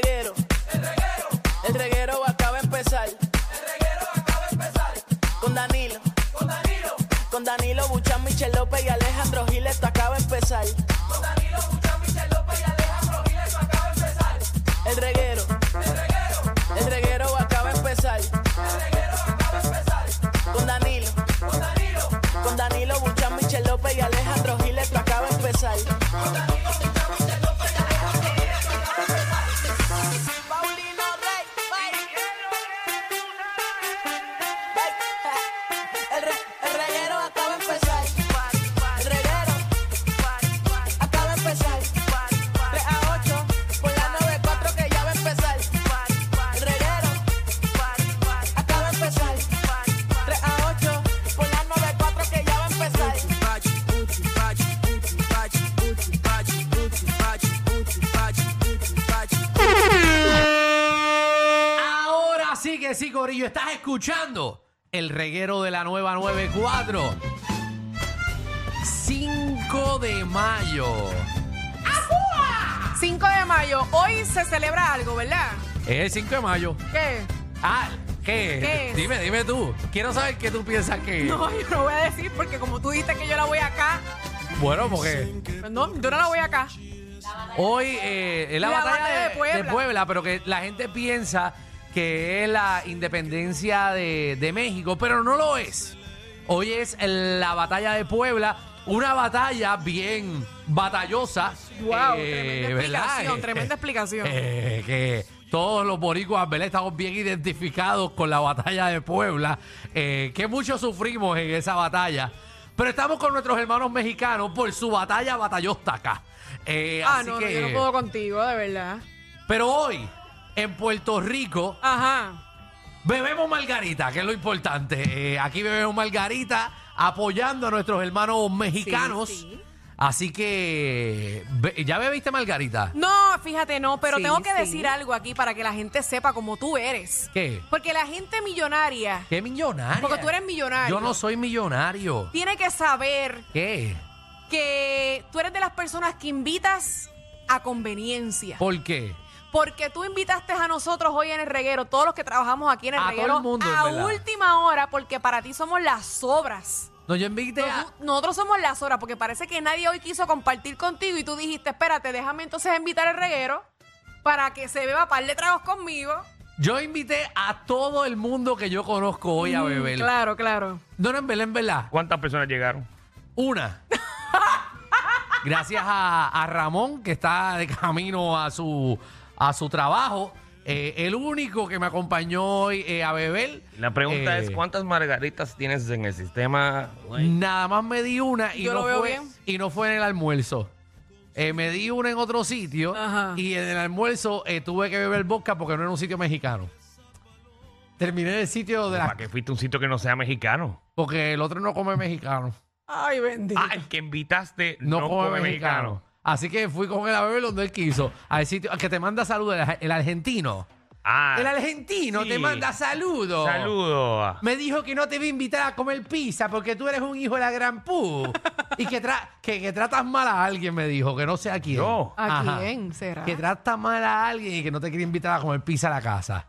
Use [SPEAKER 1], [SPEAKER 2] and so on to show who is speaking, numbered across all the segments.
[SPEAKER 1] reguero, el reguero acaba de empezar. Con Danilo, con Danilo Buchan, Michel López y Alejandro Gil, esto acaba de empezar. El reguero, el reguero acaba de empezar. Con Danilo, con Danilo Buchan, Michel López y Alejandro Gil, esto acaba de empezar. Paulino Rey, bye. El, re, el reguero acaba de empezar. El reguero acaba de empezar. 3 a 8 por la 94 que ya va a empezar. El reguero acaba de empezar. 3 a 8 por la 94 que ya va a empezar.
[SPEAKER 2] Ahora sí que sí, Corillo. Estás escuchando el reguero de la nueva 94. 5 de mayo.
[SPEAKER 3] 5 de mayo, hoy se celebra algo, ¿verdad?
[SPEAKER 2] Es el 5 de mayo.
[SPEAKER 3] ¿Qué?
[SPEAKER 2] Ah, ¿qué?
[SPEAKER 3] ¿Qué es?
[SPEAKER 2] Dime, dime tú. Quiero saber qué tú piensas que es.
[SPEAKER 3] No, yo no voy a decir porque como tú dijiste que yo la voy acá,
[SPEAKER 2] Bueno, porque
[SPEAKER 3] pues no, yo no la voy acá.
[SPEAKER 2] hoy eh, es la,
[SPEAKER 3] La
[SPEAKER 2] batalla
[SPEAKER 3] batalla de
[SPEAKER 2] de,
[SPEAKER 3] Puebla.
[SPEAKER 2] de pero que la gente piensa que es la independencia de, de México, pero no lo es. Hoy es la batalla de Puebla, una batalla bien batallosa.
[SPEAKER 3] Wow,
[SPEAKER 2] eh,
[SPEAKER 3] tremenda
[SPEAKER 2] ¿verdad?
[SPEAKER 3] explicación,
[SPEAKER 2] Eh,
[SPEAKER 3] tremenda explicación.
[SPEAKER 2] eh, que todos los boricuas, ¿verdad? Estamos bien identificados con la batalla de Puebla, eh, que muchos sufrimos en esa batalla. Pero estamos con nuestros hermanos mexicanos por su batalla batallostaca. Eh,
[SPEAKER 3] ah,
[SPEAKER 2] así
[SPEAKER 3] no, no,
[SPEAKER 2] que-
[SPEAKER 3] yo no puedo contigo, de verdad.
[SPEAKER 2] Pero hoy, en Puerto Rico,
[SPEAKER 3] Ajá.
[SPEAKER 2] bebemos margarita, que es lo importante. Eh, aquí bebemos margarita apoyando a nuestros hermanos mexicanos.
[SPEAKER 3] sí.
[SPEAKER 2] Así que, be- ¿ya bebiste margarita?
[SPEAKER 3] No, fíjate, no, pero
[SPEAKER 4] Sí,
[SPEAKER 3] tengo que
[SPEAKER 4] sí.
[SPEAKER 3] decir algo aquí para que la gente sepa cómo tú eres.
[SPEAKER 2] ¿Qué?
[SPEAKER 3] Porque la gente millonaria,
[SPEAKER 2] ¿Qué millonario?
[SPEAKER 3] porque tú eres millonario,
[SPEAKER 2] Yo no soy millonario.
[SPEAKER 3] tiene que saber
[SPEAKER 2] ¿Qué?
[SPEAKER 3] que tú eres de las personas que invitas a conveniencia.
[SPEAKER 2] ¿Por qué?
[SPEAKER 3] Porque tú invitaste a nosotros hoy en el reguero, todos los que trabajamos aquí en el
[SPEAKER 2] A todo
[SPEAKER 3] reguero,
[SPEAKER 2] el mundo, en
[SPEAKER 3] a
[SPEAKER 2] verdad.
[SPEAKER 3] última hora, porque para ti somos las obras.
[SPEAKER 2] No, yo invité a...
[SPEAKER 3] Nos- Nosotros somos las obras, porque parece que nadie hoy quiso compartir contigo y tú dijiste, espérate, déjame entonces invitar el reguero para que se beba par de tragos conmigo.
[SPEAKER 2] Yo invité a todo el mundo que yo conozco hoy a beber.
[SPEAKER 3] Mm, Claro, claro.
[SPEAKER 2] No, no, en Belén, ¿verdad?
[SPEAKER 5] ¿Cuántas personas llegaron?
[SPEAKER 2] Una. Gracias a, a Ramón, que está de camino a su, a su trabajo. Eh, el único que me acompañó hoy eh, a beber.
[SPEAKER 5] La pregunta
[SPEAKER 2] Eh,
[SPEAKER 5] es, ¿cuántas margaritas tienes en el sistema? güey?
[SPEAKER 2] Nada más me di una y,
[SPEAKER 3] Yo
[SPEAKER 2] no,
[SPEAKER 3] lo veo
[SPEAKER 2] fue,
[SPEAKER 3] bien.
[SPEAKER 2] y no fue en el almuerzo. Eh, me di una en otro sitio
[SPEAKER 3] Ajá.
[SPEAKER 2] y en el almuerzo eh, tuve que beber vodka porque no era un sitio mexicano. Terminé en el sitio de
[SPEAKER 5] ¿Para
[SPEAKER 2] la...
[SPEAKER 5] qué fuiste a un sitio que no sea mexicano?
[SPEAKER 2] Porque el otro no come mexicano.
[SPEAKER 3] Ay, bendito.
[SPEAKER 5] Ah, el que invitaste
[SPEAKER 2] No,
[SPEAKER 5] no,
[SPEAKER 2] come,
[SPEAKER 5] fue
[SPEAKER 2] mexicano.
[SPEAKER 5] mexicano.
[SPEAKER 2] Así que fui con él a beber donde él quiso. Al sitio al que te manda saludos, el, el argentino.
[SPEAKER 5] Ah,
[SPEAKER 2] el argentino
[SPEAKER 5] sí.
[SPEAKER 2] te manda saludos.
[SPEAKER 5] saludo.
[SPEAKER 2] Me dijo que no te iba a invitar a comer pizza porque tú eres un hijo de la gran pu. y que, tra- que, que tratas mal a alguien, me dijo, que no sé a quién.
[SPEAKER 5] Yo.
[SPEAKER 3] ¿A
[SPEAKER 2] Ajá.
[SPEAKER 3] quién será?
[SPEAKER 2] Que tratas mal a alguien y que no te quiere invitar a comer pizza a la casa.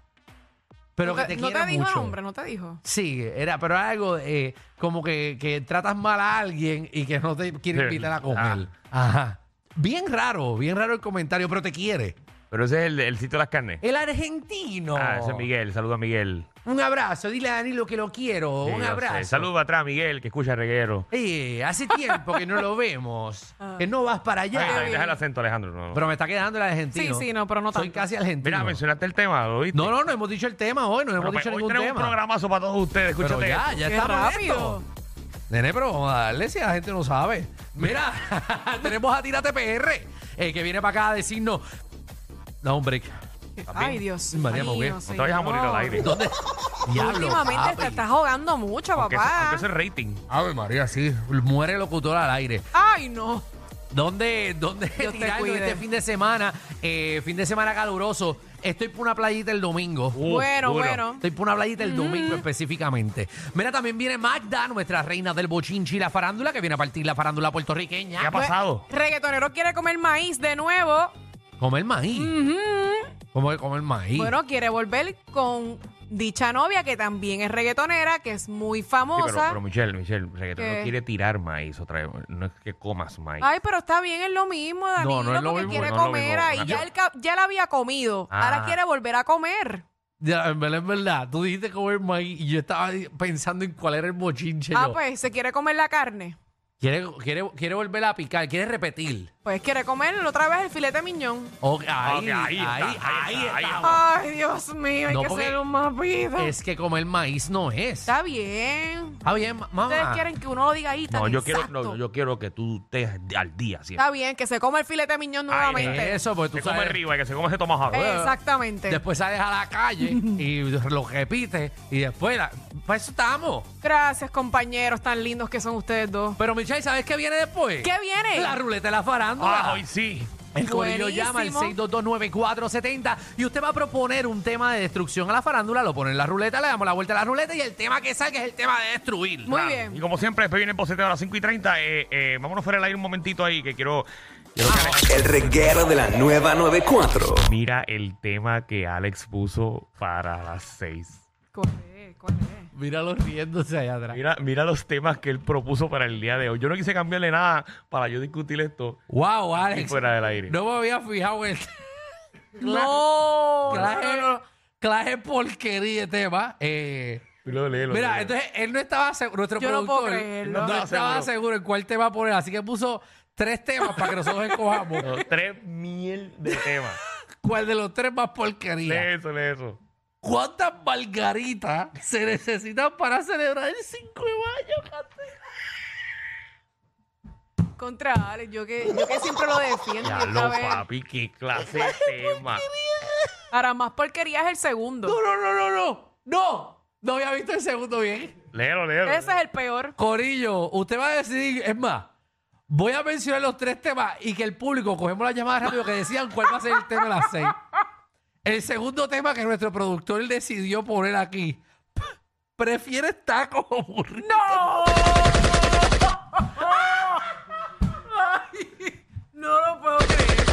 [SPEAKER 2] Pero
[SPEAKER 3] no
[SPEAKER 2] que te
[SPEAKER 3] no
[SPEAKER 2] quiere
[SPEAKER 3] te dijo
[SPEAKER 2] mucho.
[SPEAKER 3] nombre, no te dijo.
[SPEAKER 2] Sí, era, pero era algo eh, como que, que tratas mal a alguien y que no te quiere
[SPEAKER 5] De
[SPEAKER 2] invitar a
[SPEAKER 5] verdad.
[SPEAKER 2] comer. Ajá. Bien raro, bien raro el comentario, pero te quiere.
[SPEAKER 5] Pero ese es el, el sitio de las carnes.
[SPEAKER 2] El argentino.
[SPEAKER 5] Ah, ese es Miguel. Saludo a Miguel.
[SPEAKER 2] Un abrazo, dile a Danilo que lo quiero.
[SPEAKER 5] Sí,
[SPEAKER 2] Oh, Un
[SPEAKER 5] yo sé.
[SPEAKER 2] abrazo.
[SPEAKER 5] Saludo atrás, Miguel, que escucha reguero.
[SPEAKER 2] Eh, hace tiempo que no lo vemos.
[SPEAKER 3] Ah.
[SPEAKER 2] Que no vas para
[SPEAKER 5] Ay,
[SPEAKER 2] allá.
[SPEAKER 5] ay, deja el acento, Alejandro. no, no.
[SPEAKER 2] Pero me está quedando el argentino.
[SPEAKER 3] Sí, sí, no, pero no
[SPEAKER 2] Soy
[SPEAKER 3] tanto.
[SPEAKER 2] casi argentino.
[SPEAKER 5] Mira, mencionaste el tema, ¿lo viste?
[SPEAKER 2] no, no, no hemos dicho el tema hoy, no hemos
[SPEAKER 5] Pero, pues,
[SPEAKER 2] dicho
[SPEAKER 5] hoy
[SPEAKER 2] ningún
[SPEAKER 5] tenemos
[SPEAKER 2] tema.
[SPEAKER 5] un programazo para todos ustedes.
[SPEAKER 2] Pero
[SPEAKER 5] Escúchate
[SPEAKER 2] ya,
[SPEAKER 5] esto.
[SPEAKER 2] ya
[SPEAKER 3] Qué
[SPEAKER 2] estamos en
[SPEAKER 3] rápido.
[SPEAKER 2] esto. Nene, pero vamos a darle si la gente no sabe. Mira, tenemos a Tírate PR, eh, que viene para acá a decirnos... No, hombre,
[SPEAKER 5] ¿Estás bien?
[SPEAKER 3] Ay, Dios.
[SPEAKER 2] María,
[SPEAKER 3] mío,
[SPEAKER 2] ¿qué?
[SPEAKER 5] No te vayas a morir al
[SPEAKER 3] señor.
[SPEAKER 5] aire.
[SPEAKER 2] ¿Dónde? Diablo,
[SPEAKER 3] Últimamente
[SPEAKER 2] papi.
[SPEAKER 3] te estás jugando mucho,
[SPEAKER 5] Aunque, eso-
[SPEAKER 3] papá.
[SPEAKER 5] aunque eso es rating.
[SPEAKER 2] Ave María, sí. Muere el locutor al aire.
[SPEAKER 3] Ay, no.
[SPEAKER 2] ¿Dónde, dónde
[SPEAKER 3] Dios te
[SPEAKER 2] tirarnos
[SPEAKER 3] cuide.
[SPEAKER 2] este fin de semana? Eh, fin de semana caluroso. Estoy por una playita el domingo.
[SPEAKER 5] Uh, Mm.
[SPEAKER 3] bueno,
[SPEAKER 5] duro.
[SPEAKER 3] bueno.
[SPEAKER 2] Estoy por una playita el domingo específicamente. Mira, también viene Magda, nuestra reina del bochinchi y la farándula, que viene a partir la farándula
[SPEAKER 5] ¿Qué ha
[SPEAKER 2] puertorriqueña. Pues,
[SPEAKER 5] pasado?
[SPEAKER 3] Reggaetonero quiere comer maíz de nuevo.
[SPEAKER 2] Comer maíz.
[SPEAKER 5] Mm.
[SPEAKER 2] ¿Cómo que comer maíz?
[SPEAKER 3] Bueno, quiere volver con dicha novia que también es reggaetonera, que es muy
[SPEAKER 5] Sí,
[SPEAKER 3] famosa.
[SPEAKER 5] pero, pero Michelle, Michelle, el reggaetonero
[SPEAKER 3] ¿Qué?
[SPEAKER 5] quiere tirar maíz otra vez. No es que comas maíz.
[SPEAKER 3] Ay, pero está bien, es lo mismo, Danilo,
[SPEAKER 2] no es lo
[SPEAKER 3] porque
[SPEAKER 2] mismo,
[SPEAKER 3] quiere
[SPEAKER 5] no es lo
[SPEAKER 3] comer
[SPEAKER 5] mismo.
[SPEAKER 3] ahí. Ya, él ca- ya la había comido,
[SPEAKER 5] Ah.
[SPEAKER 3] ahora quiere volver a comer.
[SPEAKER 2] Ya, en verdad, en verdad, tú dijiste comer maíz y yo estaba pensando en cuál era el bochinche.
[SPEAKER 3] Ah,
[SPEAKER 2] yo.
[SPEAKER 3] pues, se quiere comer la carne.
[SPEAKER 2] Quiere, quiere, quiere volver a picar, quiere repetir.
[SPEAKER 3] Pues quiere comer otra vez el filete miñón.
[SPEAKER 2] Ok, ahí,
[SPEAKER 5] Ok, ahí
[SPEAKER 2] ahí,
[SPEAKER 5] está,
[SPEAKER 2] ahí,
[SPEAKER 5] ahí está, ahí
[SPEAKER 2] estamos.
[SPEAKER 3] Ay, Dios mío, hay
[SPEAKER 2] No,
[SPEAKER 3] que
[SPEAKER 2] porque
[SPEAKER 3] ser un más vida.
[SPEAKER 2] Es que comer maíz no es.
[SPEAKER 3] Está bien.
[SPEAKER 2] Está bien, ma- mamá.
[SPEAKER 3] Ustedes quieren que uno lo diga ahí tan
[SPEAKER 5] Ah. No, yo quiero,
[SPEAKER 3] exacto.
[SPEAKER 5] no, yo quiero que tú estés al día siempre.
[SPEAKER 3] Está bien, que se come el filete miñón
[SPEAKER 5] Ay,
[SPEAKER 3] nuevamente.
[SPEAKER 2] eh, Eso, porque
[SPEAKER 5] Que
[SPEAKER 2] Pues tú
[SPEAKER 5] come
[SPEAKER 2] sabes.
[SPEAKER 5] arriba y que se come Ah, se toma abajo.
[SPEAKER 2] Eh,
[SPEAKER 3] Exactamente.
[SPEAKER 2] Después sales a la calle y lo repites y después, la- para eso estamos.
[SPEAKER 3] Gracias, compañeros tan lindos que son ustedes dos.
[SPEAKER 2] Pero Michelle, ¿sabes qué viene después?
[SPEAKER 3] ¿Qué viene?
[SPEAKER 2] La ruleta de la
[SPEAKER 5] Ah,
[SPEAKER 2] farándula.
[SPEAKER 5] hoy sí.
[SPEAKER 2] el corillo llama al
[SPEAKER 3] Buenísimo.
[SPEAKER 2] 6229470 y usted va a proponer un tema de destrucción a la farándula, lo pone en la ruleta, le damos la vuelta a la ruleta y el tema que salga es el tema de destruir.
[SPEAKER 3] Muy bien.
[SPEAKER 5] Y como siempre, después viene el boceteo a las 5 y 30. Eh, eh, vámonos fuera del aire un momentito ahí que quiero. quiero que Alex-
[SPEAKER 4] El reguero de la nueva 94.
[SPEAKER 5] Mira el tema que Alex puso para las 6.
[SPEAKER 3] ¿Cuál es? ¿Cuál es?
[SPEAKER 2] Míralo riéndose allá atrás.
[SPEAKER 5] Mira, mira los temas que él propuso para el día de hoy. Yo no quise cambiarle nada para yo discutir esto
[SPEAKER 2] Wow, Alex.
[SPEAKER 5] fuera del aire.
[SPEAKER 2] No me había fijado en
[SPEAKER 3] No.
[SPEAKER 2] clase, clase porquería de tema. Eh,
[SPEAKER 5] Léelo, léelo,
[SPEAKER 2] Mira, este
[SPEAKER 5] léelo.
[SPEAKER 2] entonces él no estaba seguro, nuestro
[SPEAKER 3] Yo no
[SPEAKER 2] productor
[SPEAKER 3] puedo creerlo.
[SPEAKER 2] no
[SPEAKER 5] No estaba
[SPEAKER 2] estaba
[SPEAKER 5] seguro.
[SPEAKER 2] seguro en cuál tema poner, así que puso tres temas para que nosotros escojamos
[SPEAKER 5] No, tres miel de temas.
[SPEAKER 2] cuál de los tres más porquería.
[SPEAKER 5] lee eso, lee eso.
[SPEAKER 2] ¿Cuántas margaritas se necesitan para celebrar el 5 de mayo, Cate?
[SPEAKER 3] Contra Alex, yo que, yo que siempre lo defiendo.
[SPEAKER 5] Ya
[SPEAKER 3] esta
[SPEAKER 5] lo,
[SPEAKER 3] vez.
[SPEAKER 5] papi, qué clase de tema.
[SPEAKER 3] Ahora más porquería es el segundo.
[SPEAKER 2] No, no, no, no, no. No, no había visto el segundo bien.
[SPEAKER 5] Léelo, léelo.
[SPEAKER 3] Ese es el peor.
[SPEAKER 2] Corillo, usted va a decidir, es más, voy a mencionar los tres temas y que el público, cogemos la llamada rápido, que decían cuál va a ser el tema de las seis. El segundo tema que nuestro productor decidió poner aquí. ¿Prefieres tacos o burritos? ¡No!
[SPEAKER 3] No lo puedo creer.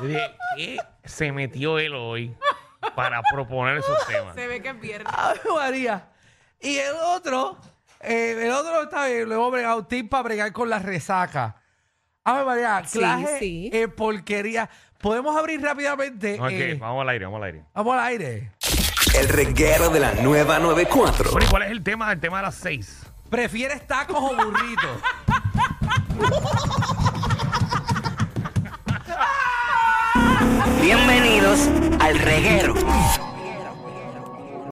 [SPEAKER 5] Yo dije, ¿qué se metió él hoy para proponer esos temas?
[SPEAKER 3] Se ve que es viernes.
[SPEAKER 2] Ave María. Y el otro, eh, el otro está bien, lo hemos bregado, tip para bregar con la resaca. Ave María,
[SPEAKER 3] Sí,
[SPEAKER 2] clase
[SPEAKER 3] sí.
[SPEAKER 2] eh, porquería. Podemos abrir rápidamente.
[SPEAKER 5] No, es que
[SPEAKER 2] eh,
[SPEAKER 5] vamos al aire, vamos al aire.
[SPEAKER 2] vamos al aire.
[SPEAKER 4] El reguero de la nueva 94.
[SPEAKER 5] Bueno, ¿y cuál es el tema? El tema de las seis.
[SPEAKER 2] ¿Prefieres tacos o burritos?
[SPEAKER 6] Bienvenidos al reguero.